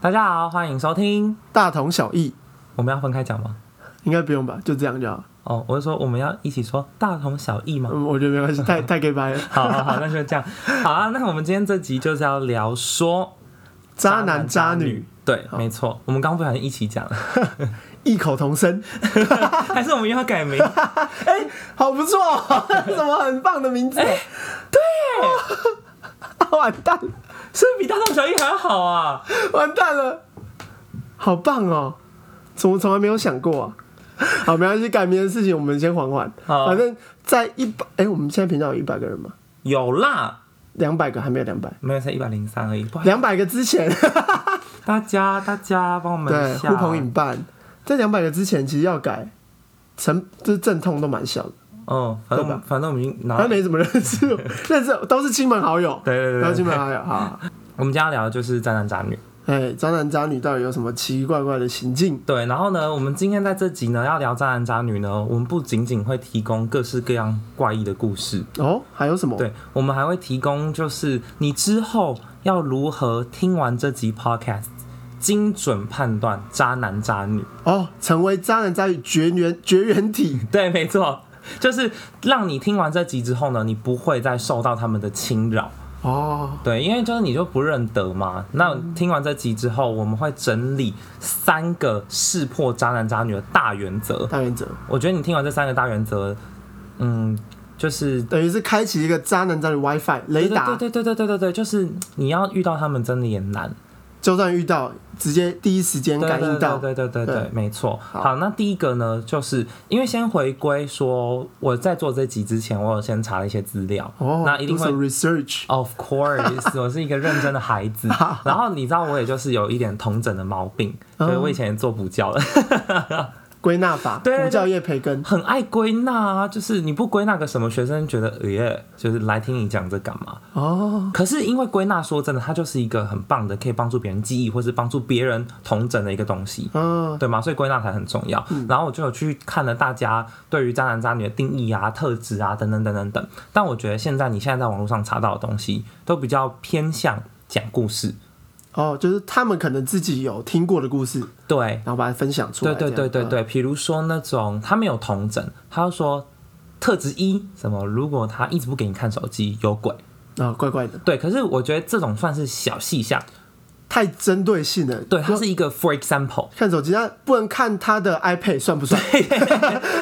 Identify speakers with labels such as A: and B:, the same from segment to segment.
A: 大家好，欢迎收听。
B: 大同小异，
A: 我们要分开讲吗？
B: 应该不用吧？就这样就好。
A: 哦，我是说我们要一起说大同小异吗？
B: 嗯，我觉得没关系，太太 gay 白了。
A: 好好好，那就这样。 好啊，那我们今天这集就是要聊说
B: 渣男渣啊女，
A: 对，没错，我们刚刚不小心一起讲了，
B: 异口同声，
A: 还是我们又要改名？
B: 哎、好不错 哦，什么很棒的名字？对， 完蛋了，
A: 是不是比大同小异还要好啊？
B: 完蛋了，好棒哦！怎么从来没有想过啊？好，没关系，改名的事情我们先缓缓。
A: 好
B: 反正在一百，哎，我们现在频道有一百个人吗？
A: 有啦，
B: 两百个还没有两百，
A: 没有才一百零三而已。不好意思
B: 两百个之前，
A: 大家大家帮我们
B: 对，
A: 一
B: 呼
A: 下，
B: 朋引伴，在两百个之前其实要改，成就是阵痛都蛮小的。
A: 嗯，反正我
B: 对
A: 们
B: 吧
A: 反正我们已经拿
B: 他没怎么认 识我，认识我都是亲朋好友，
A: 啊对对对对
B: 都是亲朋好 友。好，
A: 我们今天要聊的就是渣男渣女。
B: 哎，渣男渣女到底有什么奇奇怪怪的行径？
A: 对，然后呢，我们今天在这集呢要聊渣男渣女呢，我们不仅仅会提供各式各样怪异的故事，
B: 哦，还有什么？
A: 对我们还会提供就是你之后要如何听完这集 podcast，精准判断渣男渣女。
B: 哦，成为渣男渣女绝缘绝缘体，
A: 对，没错，就是让你听完这集之后呢，你不会再受到他们的侵扰。
B: 哦，
A: 对，因为就是你就不认得嘛。那听完这集之后，我们会整理三个识破渣男渣女的大原则。
B: 大原则，
A: 我觉得你听完这三个大原则，嗯，就是
B: 等于是开启一个渣男渣女 WiFi 雷达，
A: 对对对对对对对，就是你要遇到他们真的也难，
B: 就算遇到，直接第一时间
A: 对
B: 感应到。
A: 对对对对对，
B: 对
A: 没错。好，那第一个呢，就是因为先回归说，我在做这集之前，我有先查了一些资料，
B: 哦，
A: 那一定
B: ，do
A: 会
B: some research，
A: Of course，我是一个认真的孩子。然后你知道，我也就是有一点童整的毛病，所以我以前也做补教了，
B: 归纳法，
A: 对对
B: 补教业培根，
A: 很爱归纳啊。就是你不归纳个什么，学生觉得哎耶，就是来听你讲这干嘛？
B: 哦，
A: 可是因为归纳，说真的，它就是一个很棒的，可以帮助别人记忆，或是帮助别人同整的一个东西，
B: 嗯，
A: 对吗？所以归纳才很重要。然后我就有去看了大家对于渣男渣女的定义啊、特质啊等等等等等。但我觉得现在你现在在网络上查到的东西，都比较偏向讲故事，
B: 哦，就是他们可能自己有听过的故事，
A: 对，
B: 然后把它分享出来，
A: 对对
B: 这
A: 对嗯
B: 样
A: 对，对，比如说那种他没有同整，他就说特质一什么，如果他一直不给你看手机，有鬼。
B: 嗯啊，怪怪的。
A: 对，可是我觉得这种算是小细项，
B: 太针对性了。
A: 对，它是一个 for example。
B: 看手机，那不能看他的 iPad 算不算？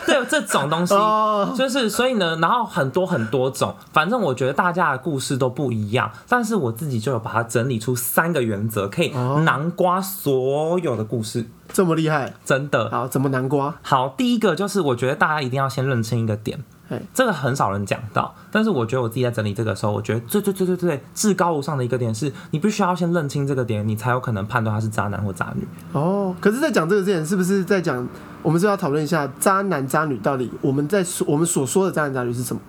A: 对这种东西
B: 哦，
A: 就是所以呢，然后很多很多种，反正我觉得大家的故事都不一样，但是我自己就有把它整理出三个原则，可以囊括所有的故事，
B: 这么厉害，
A: 真的。
B: 好，怎么南瓜？
A: 好，第一个就是我觉得大家一定要先认清一个点
B: 嘿，
A: 这个很少人讲到，但是我觉得我自己在整理这个时候，我觉得最最最最最至高无上的一个点是，你必须要先认清这个点，你才有可能判断他是渣男或渣女。
B: 哦，可是，在讲这个之前，是不是在讲我们是不是要讨论一下渣男渣女到底我们在说我们所说的渣男渣女是什么？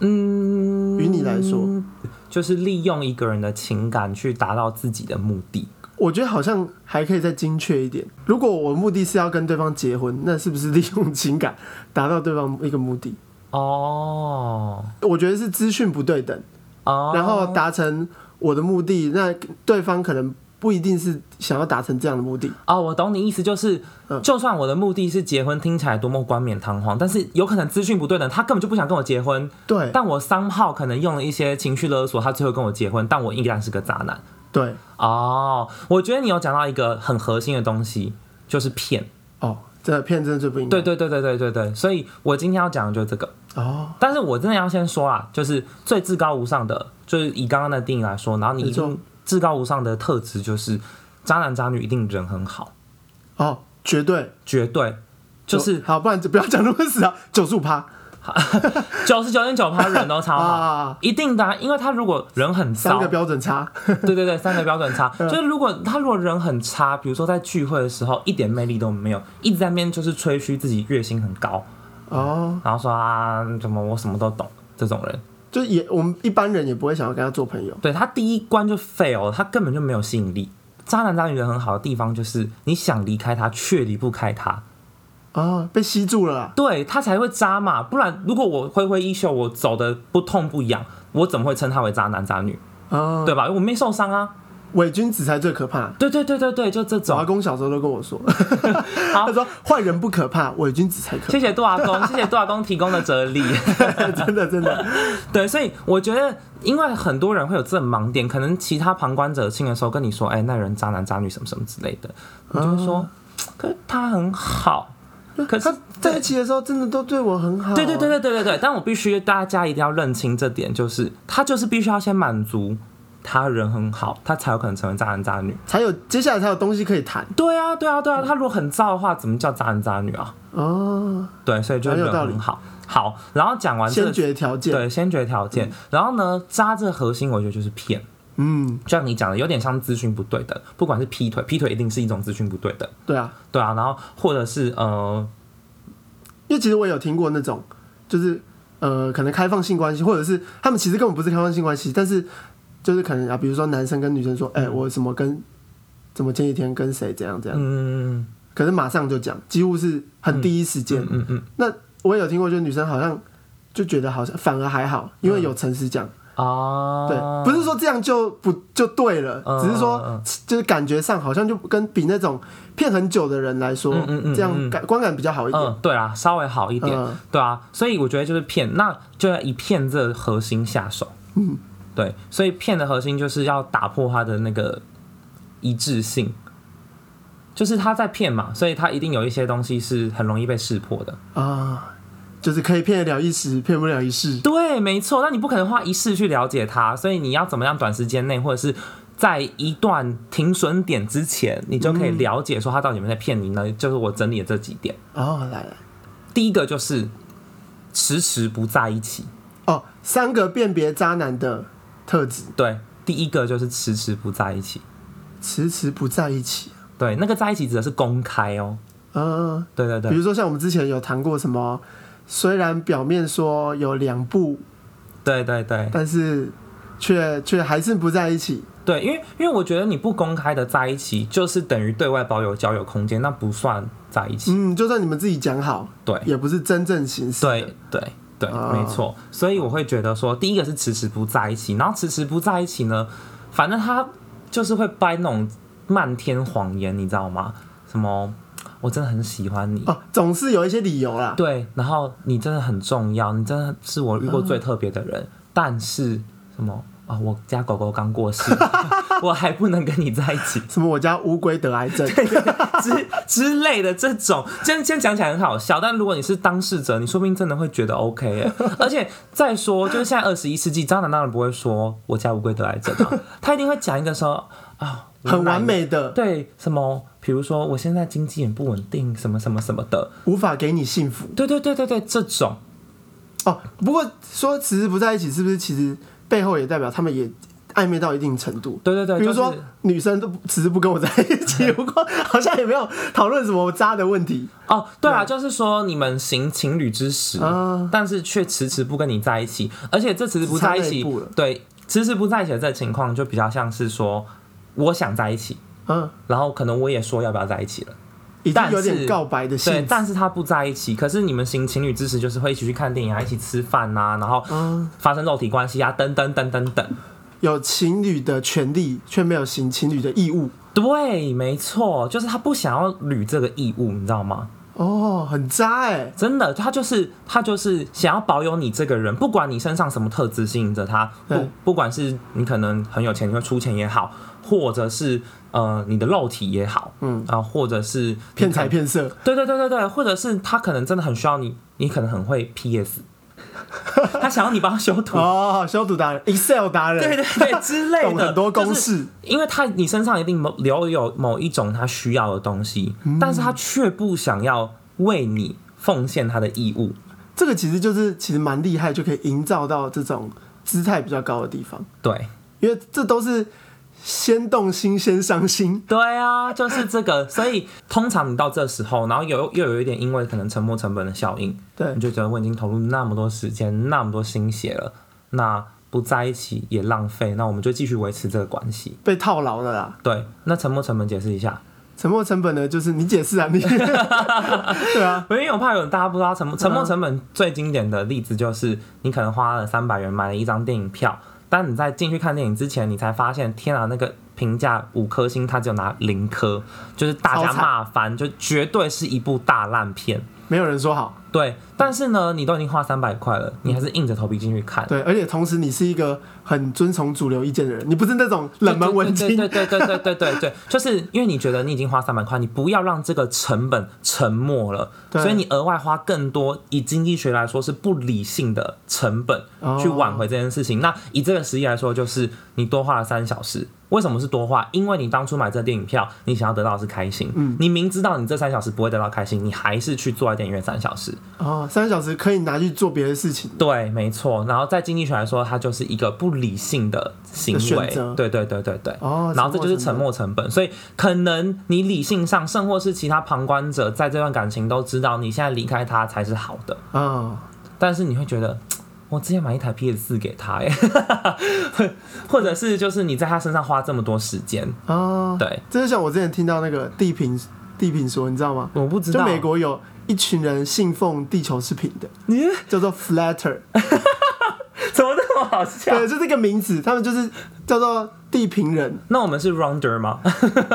B: 嗯，于你来说，
A: 就是利用一个人的情感去达到自己的目的，
B: 我觉得好像还可以再精确一点。如果我目的是要跟对方结婚，那是不是利用情感达到对方一个目的？
A: 哦
B: 我觉得是资讯不对等，
A: 哦，
B: 然后达成我的目的，那对方可能不一定是想要达成这样的目的。
A: 哦，我懂你意思，就是
B: 嗯
A: 就算我的目的是结婚，听起来多么冠冕堂皇，但是有可能资讯不对等，他根本就不想跟我结婚。
B: 对
A: 但我三号可能用了一些情绪勒索，他最后跟我结婚，但我依然是个渣男。
B: 对，
A: 哦，我觉得你有讲到一个很核心的东西，就是骗。
B: 哦，这骗真的最不应该。
A: 对对对对对对对，所以我今天要讲的就是这个。
B: 哦，
A: 但是我真的要先说啊，就是最至高无上的，就是以刚刚的定义来说，然后你一
B: 没错
A: 定至高无上的特质就是渣男渣女一定人很好，
B: 哦，绝对
A: 绝对就是
B: 好，不然就不要讲那么死啊， 九十五趴
A: 九十九点九趴人都超好，
B: 啊，
A: 一定的、啊，因为他如果人很
B: 三
A: 糟
B: 个，标准嗯差。
A: 对对对，三个标准 差，就是如果他如果人很差，比如说在聚会的时候一点魅力都没有，一直在那边就是吹嘘自己月薪很高，
B: 哦，
A: 然后说啊怎么我什么都懂这种人，
B: 就也我们一般人也不会想要跟他做朋友。
A: 对他第一关就 fail，了他根本就没有吸引力。渣男渣女人很好的地方就是你想离开他，却离不开他，
B: 哦，被吸住了啦。
A: 对他才会渣嘛。不然如果我挥挥衣袖，我走的不痛不痒，我怎么会称他为渣男渣女？
B: 哦，
A: 对吧？我没受伤啊，
B: 伪君子才最可怕。
A: 对对对对对，就这
B: 我阿
A: 种。
B: 公小时候都跟我说，
A: 好
B: 他，说坏人不可怕，伪君子才可
A: 谢谢杜阿公，谢谢杜阿公提供的哲理。
B: 怕。 真的真的，
A: 对，所以我觉得，因为很多人会有这种盲点，可能其他旁观者清的时候跟你说，哎、那人渣男渣女什么什么之类的，你就会说，可是他很好，可是
B: 他在一起的时候真的都对我很好。
A: 对对对，对对对对，但我必须大家一定要认清这点，就是他就是必须要先满足他人很好，他才有可能成为渣男渣女。
B: 才有接下来才有东西可以谈
A: 对啊，对啊，对啊，他如果很燥的话，怎么叫渣男渣女啊？
B: 哦，
A: 对，所以就是
B: 很有
A: 人
B: 道理
A: 很好。好，然后讲完这
B: 先
A: 个
B: 决条件。
A: 对先决条件，然后呢，渣这个核心我觉得就是骗。
B: 嗯，
A: 就像你讲的，有点像资讯不对等，不管是劈腿，劈腿一定是一种资讯不对等，
B: 对啊，
A: 对啊，然后或者是呃，
B: 因为其实我有听过那种，就是呃，可能开放性关系，或者是他们其实根本不是开放性关系，但是就是可能啊，比如说男生跟女生说，哎、我什么跟怎么前几天跟谁怎样怎样，
A: 嗯
B: 可是马上就讲，几乎是很第一时间。
A: 嗯嗯
B: 那我也有听过，就是女生好像就觉得好像反而还好，因为有诚实讲，
A: 啊，
B: 对，不是说这样就不就对了，
A: 嗯
B: 只是
A: 嗯
B: 说就是感觉上好像就跟比那种骗很久的人来说，
A: 嗯嗯嗯嗯
B: 这样感观感比较好一点。
A: 嗯，对啊，稍微好一点，
B: 嗯
A: 对啊，所以我觉得就是骗，那就要以骗这核心下手。
B: 嗯，
A: 对，所以骗的核心就是要打破他的那个一致性，就是他在骗嘛，所以他一定有一些东西是很容易被识破的。
B: 啊，就是可以骗得了一时，骗不了一世。
A: 对，没错。那你不可能花一世去了解他，所以你要怎么样短时间内，或者是在一段停损点之前，你就可
B: 嗯
A: 以了解说他到底有没有在骗你呢？就是我整理的这几点。
B: 哦，来了，
A: 第一个就是迟迟不在一起，
B: 哦，三个辨别渣男的特质，
A: 对，第一个就是迟迟不在一起，
B: 迟迟不在一起。
A: 对，那个在一起指的是公开哦，
B: 呃，
A: 对对
B: 比
A: 对
B: 如说像我们之前有谈过什么，虽然表面说有两不，
A: 对对对
B: 但是却却还是不在一起。
A: 对，因为因为我觉得你不公开的在一起，就是等于对外保有交友空间，那不算在一起，
B: 嗯，就算你们自己讲好，
A: 对
B: 也不是真正行事。
A: 对对对，
B: 啊
A: 没错，所以我会觉得说，第一个是迟迟不在一起，然后迟迟不在一起呢，反正他就是会掰那种漫天谎言，你知道吗？什么我真的很喜欢你，
B: 哦，总是有一些理由啦。
A: 对，然后你真的很重要，你真的是我遇过
B: 嗯
A: 最特别的人。但是什么啊、我家狗狗刚过世， 我还不能跟你在一起
B: 什么我家乌龟得癌症，
A: 之之类的这种，真真讲起来很好笑。但如果你是当事者，你说不定真的会觉得 OK 耶。 而且再说，就是现在二十一世纪，渣男当然不会说我家乌龟得癌症啊， 他一定会讲一个说啊，我
B: 很完
A: 奶
B: 美的，
A: 对什么，比如说我现在经济很不稳定，什么什么什么的，
B: 无法给你幸福。
A: 对对对对对，这种。
B: 哦，不过说迟迟不在一起，是不是其实背后也代表他们也暧昧到一定程度？
A: 对对对，
B: 比
A: 就
B: 如
A: 是
B: 说、女生都不迟迟不跟我在一起， 不过好像也没有讨论什么渣的问题
A: 哦，对啊，就是说你们行情侣之实，
B: 啊
A: 但是却迟迟不跟你在一起，而且这迟迟不在一
B: 只差那一
A: 起
B: 步了，
A: 对，迟迟不在一起的这情况就比较像是说我想在一起，
B: 嗯，
A: 然后可能我也说要不要在一起了，
B: 已
A: 但
B: 经
A: 是
B: 有点告白的
A: 对
B: 性，质。
A: 但是他不在一起，可是你们行情侣之实就是会一起去看电影啊，一起吃饭呐、然后
B: 嗯，
A: 发生肉体关系啊，等等等等等。
B: 有情侣的权利，却没有行情侣的义务。
A: 对，没错，就是他不想要履这个义务，你知道吗？
B: 哦，很渣哎、
A: 真的，他就是他就是想要保有你这个人，不管你身上什么特质吸引着他，不
B: 对
A: 不管是你可能很有钱，你会出钱也好，或者是呃你的肉体也好，
B: 嗯
A: 啊、或者是
B: 骗财，骗色，
A: 对对对对对，或者是他可能真的很需要你，你可能很会 PS，他想要你帮他修图，
B: 哦，修图达人，Excel 达人，
A: 嗯 对对 对之类
B: 懂
A: 的，
B: 很多公
A: 就是
B: 式，
A: 因为他你身上一定某留有某一种他需要的东西，
B: 嗯
A: 但是他却不想要为你奉献他的义务。
B: 这个其实就是其实蛮厉害，就可以营造到这种姿态比较高的地方，
A: 对，
B: 因为这都是先动心先伤心，
A: 对啊，就是这个。 所以通常你到这时候，然后有又有一点因为可能沉没成本的效应，
B: 对
A: 你，就觉得我已经投入那么多时间、那么多心血了，那不在一起也浪费，那我们就继续维持这个关系。
B: 被套牢了啦。
A: 对，那沉没成本解释一下，
B: 沉没成本呢，就是你解释啊， 你对啊，
A: 因为我怕有大家不知道沉没沉没成本最经典的例子就是，你可能花了三百元买了一张电影票，但你在进去看电影之前，你才发现，天啊，那个评价五颗星，他只有拿零颗，就是大家
B: 超惨
A: 骂翻，就绝对是一部大烂片。
B: 没有人说好，
A: 对，但是呢，你都已经花三百块了，你还是硬着头皮进去看。
B: 对，而且同时你是一个很遵从主流意见的人，你不是那种冷门文青，
A: 对对对对对对对对，就是因为你觉得你已经花三百块，你不要让这个成本沉没了，
B: 对
A: 所以你额外花更多，以经济学来说是不理性的成本
B: 哦
A: 去挽回这件事情。那以这个实例来说，就是你多花了三小时。为什么是多花？因为你当初买这电影票，你想要得到的是开心。嗯，你明知道你这三小时不会得到开心，你还是去坐在电影院三小时。
B: 哦，三小时可以拿去做别的事情，
A: 对，没错。然后在经济学来说，它就是一个不理性的行
B: 的选
A: 为
B: 择。
A: 对对对对对。
B: 哦，
A: 然后这就是
B: 沉
A: 沉
B: 默
A: 没成本，所以可能你理性上，甚或是其他旁观者，在这段感情都知道你现在离开他才是好的，
B: 成本，嗯，
A: 但是你会觉得，我之前买一台 PS 四给他、欸， 或者是就是你在他身上花这么多时间，
B: 哦，
A: 对，
B: 这就像我之前听到那个地平地平说，你知道吗？
A: 我不知
B: 就
A: 道，
B: 美国有一群人信奉地球是平的，
A: 你
B: 叫做 flatter，
A: 哎怎么那么好笑？
B: 对，就这个名字，他们就是叫做地平人，
A: 那我们是 rounder 吗？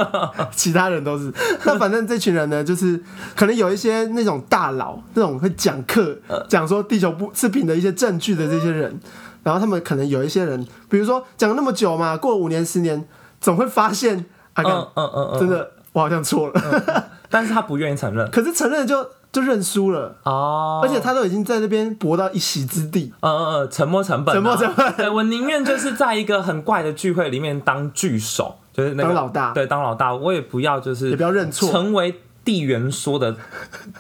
B: 其他 人都是。那反正这群人呢，就是可能有一些那种大佬，那种会讲课
A: 呃
B: 讲说地球不是平的一些证据的这些人，然后他们可能有一些人，比如说讲了那么久嘛，过了五年十年，总会发现啊，干
A: 嗯嗯嗯嗯，
B: 真的我好像错了，
A: 但是他不愿意承认
B: 可是承认就就认输了，
A: 哦，
B: 而且他都已经在那边搏到一席之地，
A: 呃呃呃，沉没成本、啊，
B: 沉没成本
A: 对我宁愿就是在一个很怪的聚会里面当巨手，就是那个
B: 当老大
A: 对，当老大，我也不要就是
B: 也不要认错，
A: 成为地缘说的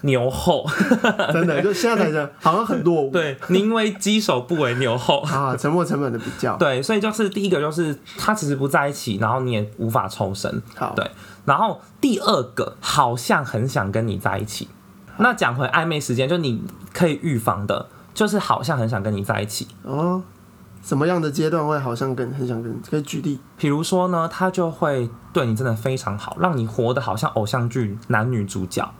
A: 牛后，
B: 真的就现在才讲，好像很落伍。
A: 对，宁为鸡首不为牛后。
B: 啊，沉没成本的比较
A: 对，所以就是第一个就是他其实不在一起，然后你也无法抽身。
B: 好，
A: 对，然后第二个好像很想跟你在一起。那讲回暧昧时间，就你可以预防的，就是好像很想跟你在一起。
B: 哦，什么样的阶段会好像跟很想跟可以举例
A: 比如说呢，他就会对你真的非常好，让你活得好像偶像剧男女主角。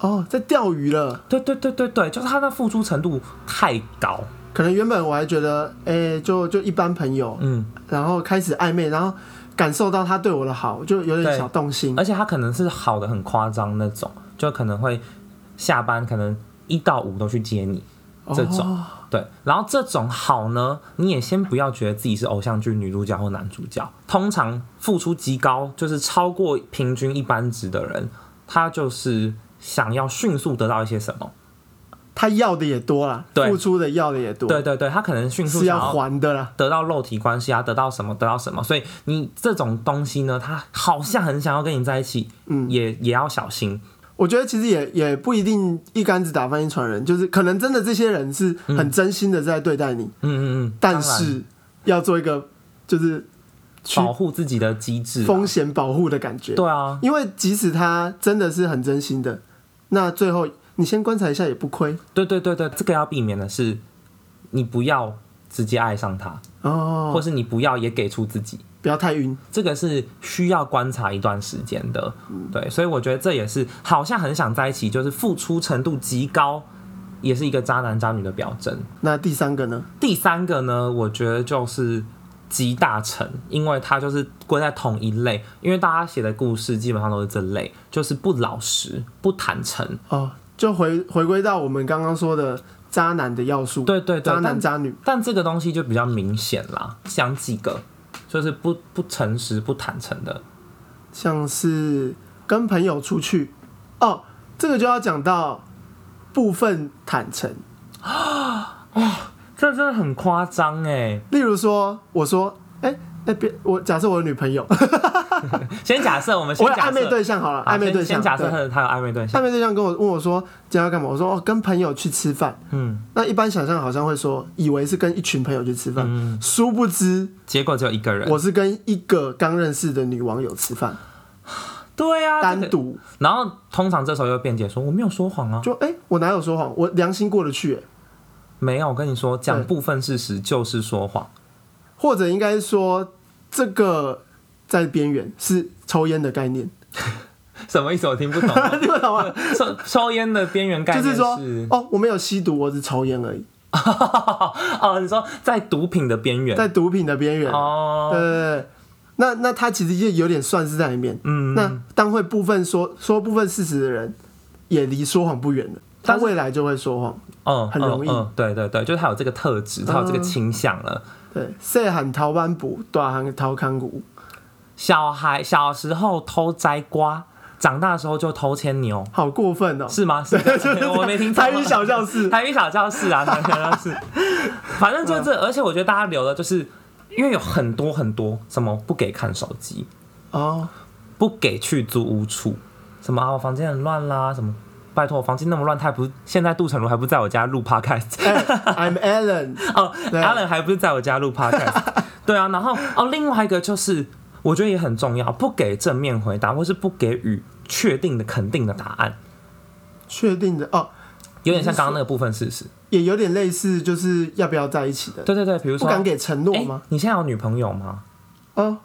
B: 哦，在钓鱼了，
A: 对对对对对，就是他的付出程度太高。
B: 可能原本我还觉得，哎、就就一般朋友，
A: 嗯，
B: 然后开始暧昧，然后感受到他对我的好，就有点
A: 对哎
B: 小动心，
A: 而且他可能是好的很夸张那种，就可能会下班可能一到五都去接你。这种
B: 哦
A: 对，然后这种好呢，你也先不要觉得自己是偶像剧女主角或男主角。通常付出极高，就是超过平均一般值的人，他就是想要迅速得到一些什么。
B: 他要的也多啦，
A: 对
B: 付出的要的也多，
A: 对对对，他可能迅速
B: 是
A: 想
B: 要还的啦，
A: 得到肉体关系啊，得到什么，得到什么。所以你这种东西呢，他好像很想要跟你在一起，
B: 嗯
A: 也也要小心。
B: 我觉得其实也也不一定一竿子打翻一船人，就是可能真的这些人是很真心的在对待你，
A: 嗯嗯嗯，
B: 但
A: 当然
B: 是要做一个就是去
A: 保护自己的机制啊、
B: 风险保护的感觉，
A: 对啊，
B: 因为即使他真的是很真心的，那最后你先观察一下也不亏
A: 对对对对，这个要避免的是，你不要直接爱上他，或
B: 哦，
A: 是你不要也给出自己。
B: 不要太晕，
A: 这个是需要观察一段时间的，
B: 嗯
A: 对，所以我觉得这也是好像很想在一起，就是付出程度极高，也是一个渣男渣女的表征。
B: 那第三个呢？
A: 第三个呢，我觉得就是集大成，因为它就是归在同一类，因为大家写的故事基本上都是这类，就是不老实、不坦诚。
B: 哦，就回回归到我们刚刚说的渣男的要素，
A: 对对对，
B: 渣男
A: 但
B: 渣女，
A: 但这个东西就比较明显啦。讲几个，就是不不诚实、不坦诚的，
B: 像是跟朋友出去，哦，这个就要讲到部分坦诚，
A: 这真的很夸张哎。
B: 例如说我说，哎、那边我假设我有女朋 友，
A: 先假设我们先
B: 我有
A: 假
B: 暧昧
A: 设。
B: 对象好了，
A: 好
B: 暧昧
A: 先
B: 对
A: 先
B: 象，
A: 假设他
B: 对
A: 他有暧昧对
B: 暧
A: 象，
B: 昧对象跟我问我说今天要干嘛，我说哦跟朋友去吃饭，
A: 嗯，
B: 那一般想象好像会说，以为是跟一群朋友去吃饭，
A: 嗯
B: 殊不知
A: 结果只有一个人，
B: 我是跟一个刚认识的女网友吃饭，
A: 对啊，
B: 单
A: 这个
B: 独
A: 然后通常这时候又辩解说我没有说谎啊，
B: 就哎、我哪有说谎？我良心过得去、哎
A: 没有，我跟你说，讲
B: 对
A: 部分事实就是说谎。
B: 或者应该说这个在边缘是抽烟的概念，
A: 什么意思？我听不懂。
B: 你们懂吗？
A: 抽抽烟的边缘概
B: 就
A: 念
B: 是说
A: 是嗯
B: 哦，我没有吸毒，我只抽烟而已，
A: 哦，你说在毒品的边缘
B: 在毒品的边缘，
A: 哦，
B: 对对对，那那他其实也有点算是在里面。
A: 嗯，
B: 那当会部分说说部分事实的人，也离说谎不远了。他
A: 但是
B: 未来就会说谎。
A: 嗯，
B: 很容易嗯
A: 嗯嗯对对对，就是他有这个特质，他有这个倾向了。
B: 对，细汉逃班补，大汉逃康谷。
A: 小孩小时候偷摘瓜，长大的时候就偷牵牛，
B: 好过分哦！
A: 是吗？是 我没听错
B: 台
A: 吗
B: 语小教 室，
A: 台语小教室 啊，台语小教室，反正就
B: 嗯
A: 这，而且我觉得大家留的就是，因为有很多很多什么不给看手机，
B: 哦，
A: 不给去租屋处，什么啊我房间很乱啦，什么。拜托，我房间那么乱，他还不现在杜成儒还不在我家录 podcast，
B: 哎、i m Alan，
A: 哦
B: 对
A: ，Allen 还不是在我家录 podcast，对 啊，然后哦，另外一个就是我觉得也很重要，不给正面回答，或是不给予确定的肯定的答案，
B: 确定的哦，
A: 有点像刚刚那个部分事实。
B: 也有点类似，就是要不要在一起的，
A: 对对对，比如
B: 不
A: 说，
B: 敢给承诺
A: 哎
B: 吗？
A: 你现在有女朋友吗？
B: 哦，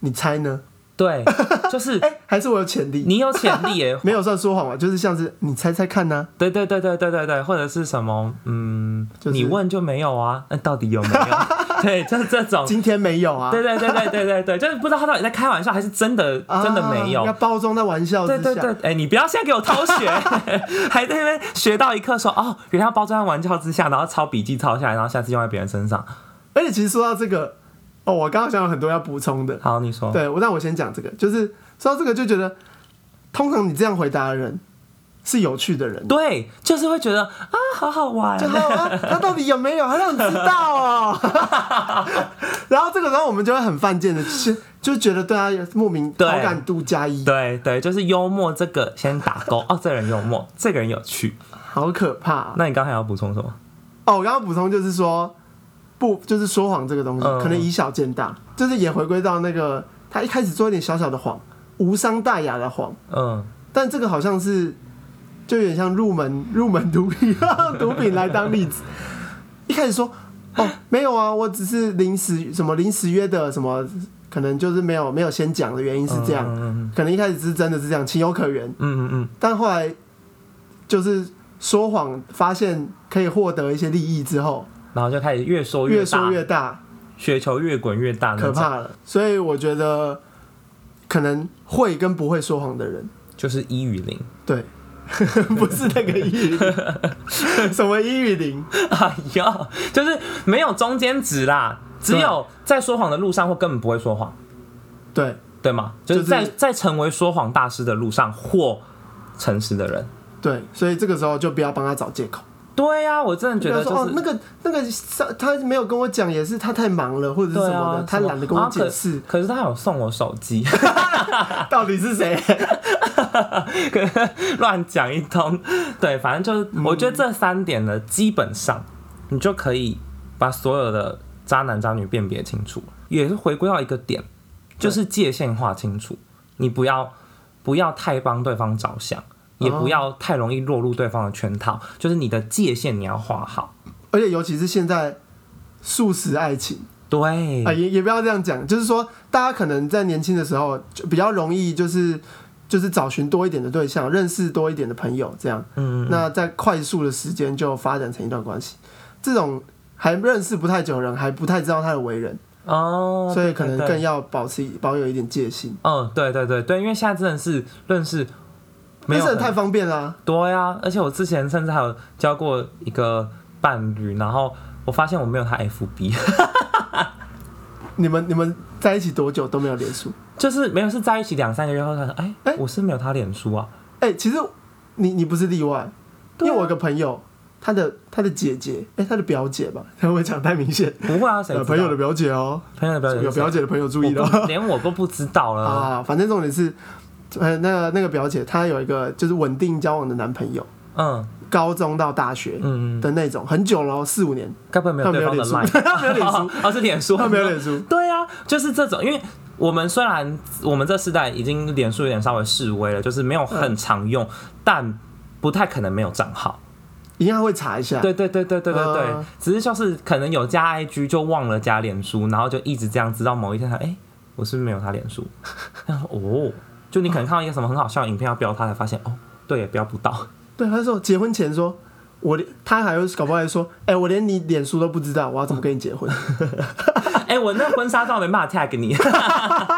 B: 你猜呢？
A: 对，就是
B: 哎、还是我有潜力？
A: 你有潜力耶，
B: 没有算说谎吧，就是像是你猜猜看啊呢、
A: 对对对对对对对，或者是什么，嗯，
B: 就是
A: 你问就没有啊？那到底有没有？ 对，就是这种。
B: 今天没有啊，
A: 哦对对对对对对对，就是不知道他到底在开玩笑还是真的，
B: 啊
A: 真的没有
B: 要。包装在玩笑之
A: 对
B: 下。
A: 对对，哎、你不要现在给我偷 学，还在那边学到一课说哦，原来要包装在玩笑之下，然后抄笔记抄下来，然后下次用在别人身上。
B: 而且其实说到这个，哦，我刚刚想有很多要补充的，
A: 好，你说，
B: 对，我但我先讲这个，就是说到这个就觉得，通常你这样回答的人是有趣的人，
A: 对，就是会觉得啊，好好玩
B: 就，好啊，他到底有没有？他让你知道哦。 然后这个时候我们就会很犯贱的，就就觉得对他有莫名好
A: 对
B: 感度加一，
A: 对对，就是幽默这个先打勾哦，这个人幽默，这个人有趣。
B: 好可怕啊、
A: 那你刚才要补充什么？
B: 哦，我刚刚补充就是说，不就是说谎这个东西，
A: 嗯
B: 可能以小见大，就是也回归到那个他一开始做一点小小的谎，无伤大雅的谎，
A: 嗯，
B: 但这个好像是就有点像入门入门毒品， 毒品来当例子。一开始说哦没有啊，我只是临时什么临时约的什么，可能就是没有没有先讲的原因是这样，
A: 嗯
B: 可能一开始是真的是这样，情有可原，
A: 嗯嗯
B: 但后来就是说谎，发现可以获得一些利益之后，
A: 嗯，然后就开始越说
B: 越
A: 大，
B: 说越大，
A: 雪球越滚越大，
B: 可，怕了。所以我觉得可能会跟不会说谎的人，
A: 就是一与零。
B: 对， 不是那个一语零，什么一语零，
A: 哎呦，就是没有中间值啦，只有在说谎的路上，或根本不会说谎。
B: 对
A: 对吗？就是
B: 就是
A: 在在成为说谎大师的路上或诚实的人。
B: 对，所以这个时候就不要帮他找借口。
A: 对呀、我真的觉
B: 不要
A: 得
B: 说
A: 就
B: 哦
A: 是，
B: 那个那个他没有跟我讲，也是他太忙了，或者是
A: 对
B: 什么的，
A: 啊，
B: 他
A: 什么
B: 懒得跟我
A: 啊
B: 解释，
A: 可。可是他有送我手机，
B: 到底是谁？
A: 可是乱讲一通。对，反正就是我觉得这三点呢，基本上你就可以把所有的渣男渣女辨别清楚。也是回归到一个点，就是界限划清楚，你不要不要太帮对方着想。也不要太容易落入对方的圈套，就是你的界限你要画好。
B: 而且尤其是现在素食爱情
A: 对，
B: 啊、也也不要这样讲，就是说大家可能在年轻的时候就比较容易就是。就是找寻多一点的对象，认识多一点的朋友，这样，
A: 嗯，
B: 那在快速的时间就发展成一段关系。这种还认识不太久的人，还不太知道他的为人，
A: 哦，
B: 所以可能
A: 对对
B: 更要保持保有一点戒心。
A: 嗯，对对对对，因为现在真的是认识没
B: 但
A: 有
B: 是
A: 很
B: 太方便啦、
A: 多呀、而且我之前甚至还有交过一个伴侣，然后我发现我没有他 FB，
B: 你们你们在一起多久都没有连数？
A: 就是没有是在一起两三个月后，他说，哎、
B: 哎
A: 我是没有他脸书啊，
B: 哎、其实你你不是例外，因
A: 对啊
B: 为我有个朋友，他的他的姐姐，哎、他的表姐吧， 他会讲太明显，
A: 不会啊，谁知
B: 呃，
A: 道
B: 朋友的表姐哦、
A: 朋友的表姐
B: 有表
A: 姐
B: 姐的朋友注意了
A: 连啊我都不知道了，
B: 啊，反正重点是，呃，那个那个表姐她有一个就是稳定交往的男朋友，
A: 嗯
B: 高中到大学
A: 嗯，嗯
B: 的那种，很久了、哦，四五年，
A: 该不会没有
B: 他没
A: 对
B: 有
A: 方
B: 脸
A: 的
B: 书，
A: line？
B: 他没有脸书，
A: 哦，是脸书，
B: 他没有脸 书，
A: 对啊，就是这种，因为我们虽然我们这世代已经脸书有点稍微示威了，就是没有
B: 嗯
A: 很常用，但不太可能没有账号。
B: 一定会查一下。
A: 对对对对对对对，
B: 啊嗯
A: 只是就是可能有加 IG 就忘了加脸书，然后就一直这样，直到某一天他哎、我是不是没有他脸书？ 然后哦，就你可能看到一个什么很好笑的影片要标他，才发现哦，对，也标不到。
B: 对，他说结婚前说， 我连他还会搞不好还说，哎、我连你脸书都不知道，我要怎么跟你结婚？
A: 哎、我那婚纱照没办法 tag 你。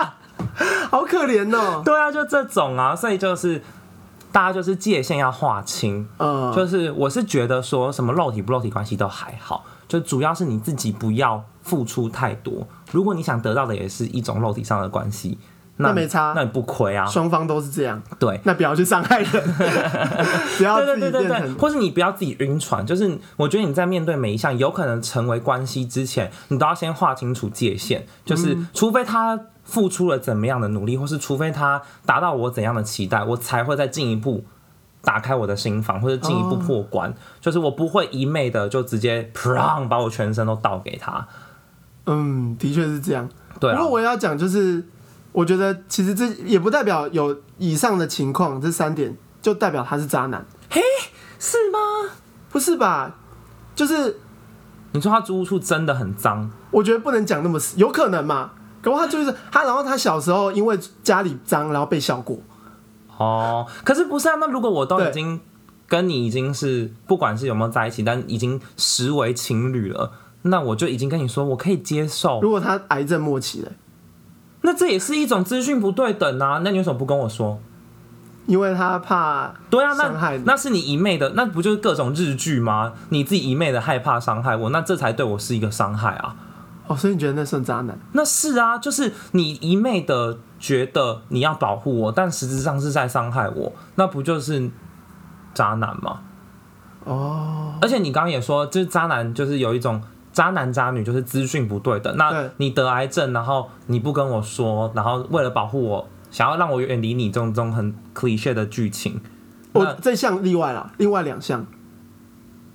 B: 好可怜哦。
A: 对啊，就这种啊，所以就是大家就是界限要划清。
B: 嗯，
A: 就是我是觉得说什么肉体不肉体关系都还好，就主要是你自己不要付出太多。如果你想得到的也是一种肉体上的关系，
B: 那
A: 那
B: 没差
A: 那你不亏啊。
B: 双方都是这样，
A: 对，
B: 那不要去伤害 人， 不要
A: 对对
B: 自己
A: 对对对，
B: 变成
A: 或是你不要自己晕船。就是我觉得你在面对每一项有可能成为关系之前，你都要先划清楚界限，就是
B: 嗯
A: 除非他。付出了怎么样的努力，或是除非他达到我怎样的期待，我才会再进一步打开我的心房，或者进一步破
B: 哦
A: 关。就是我不会一昧的就直接 prang 把我全身都倒给他。
B: 嗯，的确是这样。
A: 对
B: 不
A: 啊
B: 过，我也要讲，就是我觉得其实这也不代表有以上的情况这三点就代表他是渣男，
A: 是吗？
B: 不是吧？就是
A: 你说他租屋处真的很脏，
B: 我觉得不能讲那么死，有可能嘛？可不好他就是他，然后他小时候因为家里脏，然后被笑过。
A: 哦，可是不是啊？那如果我都
B: 对
A: 已经跟你已经是不管是有没有在一起，但已经实为情侣了，那我就已经跟你说我可以接受
B: 如。果他癌症末期了，
A: 那这也是一种资讯不对等啊！那你为什么不跟我说？
B: 因为他怕
A: 对啊，
B: 伤
A: 那
B: 害你
A: 那是你一昧的，那不就是各种日剧吗？你自己一昧的害怕伤害我，那这才对我是一个伤害啊！
B: 哦，所以你觉得那算渣男？
A: 那是啊，就是你一昧的觉得你要保护我，但实质上是在伤害我，那不就是渣男吗？
B: 哦，
A: 而且你刚刚也说，就是渣男就是有一种渣男渣女就是资讯不对的。那
B: 对
A: 你得癌症，然后你不跟我说，然后为了保护我，想要让我远离你，这种这种很 cliche 的剧情。
B: 我
A: 那
B: 这项例外啦，另外两项，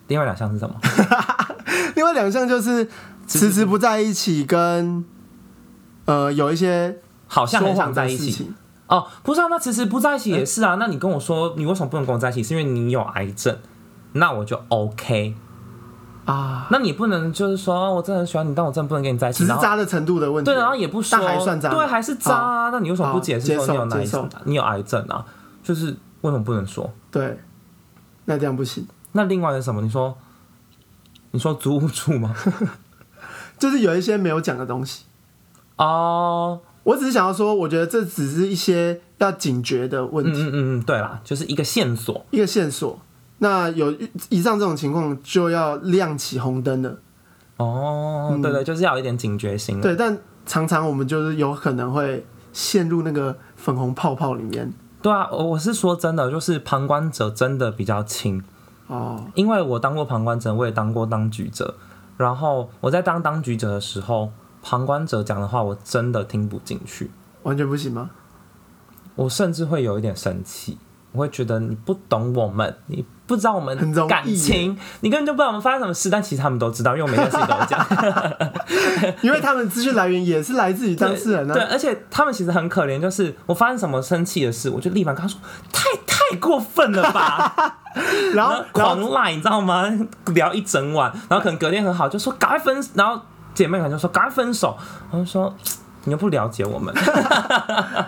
A: 另外两项是 什么？嗯
B: 另外两项就是迟迟不在一起跟呃有一些
A: 好像
B: 说
A: 很
B: 谎
A: 想在
B: 的
A: 一
B: 事
A: 起
B: 情。
A: 哦，不是啊，那其实不在一起也是啊。那你跟我说你为什么不能跟我在一起，是因为你有癌症，那我就 OK。
B: 啊，
A: 那你不能就是说哦我真的很喜欢你，但我真的不能跟你在一起。
B: 只是
A: 然后
B: 渣的程度的问题。
A: 对，然后也不说，
B: 但还算渣
A: 对，还是渣啊。那你为什么
B: 好
A: 不解
B: 接
A: 释说
B: 受
A: 你有哪一
B: 接受
A: 你有癌症啊？就是为什么不能说？
B: 对，那这样不行。
A: 那另外是什么？你说，你说租屋住 吗？
B: 就是有一些没有讲的东西，
A: 哦，
B: 我只是想要说，我觉得这只是一些要警觉的问
A: 嗯
B: 题，
A: 嗯嗯嗯，对啦，就是一个线索。
B: 一个线索。那有以上这种情况就要亮起红灯了。
A: 哦，对对，就是要有一点警觉性。，
B: 嗯
A: 啊
B: 对，但常常我们就是有可能会陷入那个粉红泡泡里面。
A: 对啊，我我是说真的，就是旁观者真的比较轻。
B: 哦，
A: 因为我当过旁观者，我也当过当局者。然后我在当当局者的时候，旁观者讲的话我真的听不进去，
B: 完全不行吗？
A: 我甚至会有一点生气，我会觉得你不懂我们，你不知道我们
B: 很容易
A: 感情，你根本就不知道我们发生什么事。但其实他们都知道，因为我每件事情都有 讲。
B: 因为他们资讯来源也是来自于当事人
A: 对，
B: 啊。
A: 而且他们其实很可怜，就是我发生什么生气的事，我就立马跟他说，太太过分了 吧，
B: 然
A: 然
B: 后
A: 后，
B: 然后
A: 狂赖，你知道吗？聊一整晚，然后可能隔天很好，就说赶快分，然后姐妹可能就说赶快分手，我就说嘖你又不了解我们。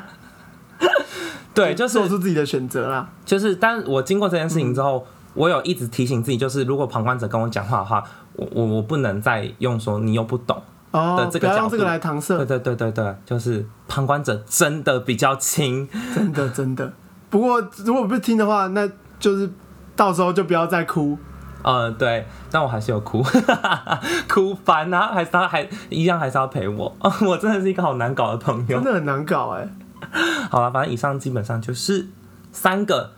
A: 对，就是
B: 做出自己的选择啦。
A: 就是，但我经过这件事情之后，我有一直提醒自己，就是如果旁观者跟我讲话的话，我我我不能再用说你又不懂。
B: 哦
A: 的，这个
B: 不要用
A: 角
B: 这个
A: 度
B: 来搪塞
A: 对。对对对对，就是旁观者真的比较轻。
B: 真 的真的。不过如果不听的话，那就是到时候就不要再哭。
A: 呃，对，但我还是有哭， 哭翻啊，还是他还一样还是要陪我。 我真的是一个好难搞的朋友
B: 真。的很难搞哎、
A: 好了，反正以上基本上就是三个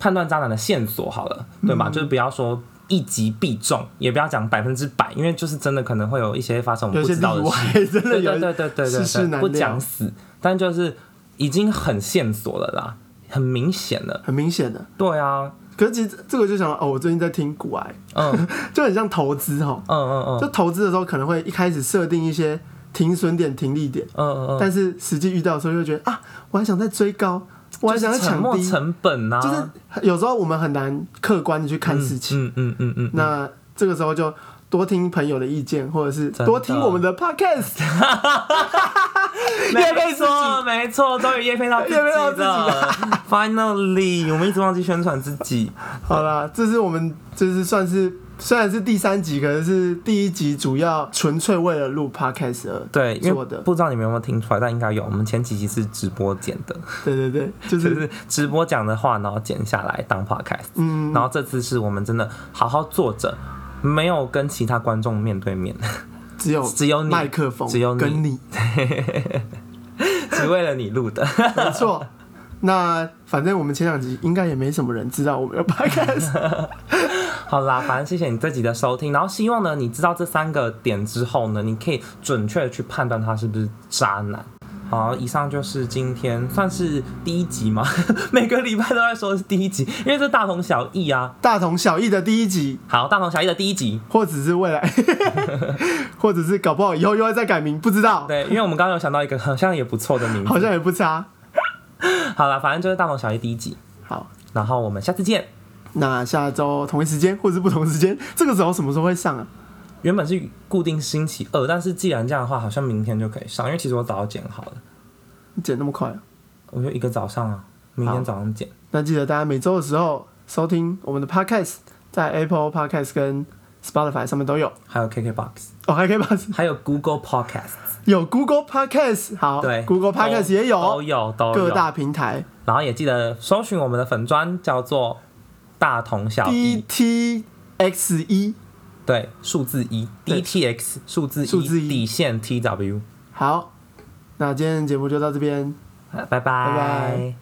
A: 判断渣男的线索好了，对
B: 嗯
A: 吧？就是不要说一击必中，也不要讲百分之百，因为就是真的可能会有一些发生我们
B: 有
A: 不
B: 些
A: 知
B: 例
A: 道的
B: 外
A: 事。，
B: 真的
A: 对
B: 有
A: 对对对对
B: 世事
A: 对对，
B: 难料
A: 不讲死，但就是已经很线索了啦，很明显了。
B: 很明显的。
A: 对啊，
B: 可是其实这个就想到哦，我最近在听古癌，
A: 嗯
B: 就很像投资哈。
A: 嗯嗯嗯
B: 就投资的时候可能会一开始设定一些停损点、停利点，
A: 嗯嗯嗯，
B: 但是实际遇到的时候就会觉得啊，我还想再追高，我还
A: 就是
B: 想再
A: 沉
B: 抢
A: 没
B: 低，
A: 成本呐、啊，
B: 就是有时候我们很难客观的去看事情。
A: 嗯嗯嗯嗯，
B: 那这个时候就多听朋友的意见，或者是
A: 真的
B: 多听我们的 podcast。
A: 叶佩说没错，终于叶佩到自己
B: 业配到自己
A: 了，finally，我们一直忘记宣传自己。
B: 好啦，这是我们就是算是虽然是第三集，可能是第一集主要纯粹为了录 podcast 而
A: 对，因
B: 做
A: 为
B: 的
A: 不知道你们有没有听出来，但应该有。我们前几集是直播剪的，
B: 对对对，就
A: 就是是直播讲的话，然后剪下来当 podcast。
B: 嗯，
A: 然后这次是我们真的好好坐着，没有跟其他观众面对面，
B: 只有
A: 只有你
B: 麦克风，
A: 只有你
B: 跟你，
A: 只为了你录的。
B: 没错。那反正我们前两集应该也没什么人知道我们有 podcast，
A: 好啦，反正谢谢你自己的收听，然后希望呢，你知道这三个点之后呢，你可以准确的去判断他是不是渣男。好，以上就是今天算是第一集嘛， 每个礼拜都在说是第一集，因为这大同小异啊。
B: 大同小异的第一集，
A: 好，大同小异的第一集，
B: 或者是未来， 或者是搞不好以后又要再改名，不知道，
A: 对，因为我们刚刚有想到一个好像也不错的名
B: 好
A: 字。
B: 像也不差。
A: 好啦，反正就是大同小异第一集，
B: 好，
A: 然后我们下次见。
B: 那下周同一时间或者是不同时间，这个时候什么时候会上啊？
A: 原本是固定星期二，但是既然这样的话，好像明天就可以上，因为其实我早就剪好了，
B: 你剪那么快啊、
A: 我就一个早上啊，明天
B: 好
A: 早上剪。
B: 那记得大家每周的时候收听我们的 podcast，在 Apple Podcast 跟 Spotify 上面都有。
A: 还有 KKBOX，
B: 哦，还可以把
A: 还有 Google Podcast，
B: 有 Google Podcast，好，
A: 对
B: ，Google Podcast 也
A: 都
B: 有
A: 有都有
B: 各大平台
A: 然后也记得搜寻我们的粉砖叫做大同小异，
B: DTX 一。
A: 对，数字一
B: 对
A: DTX 数字
B: 数字一
A: 一底线 TW，
B: 好，那今天的节目就到这边。
A: 拜拜
B: 拜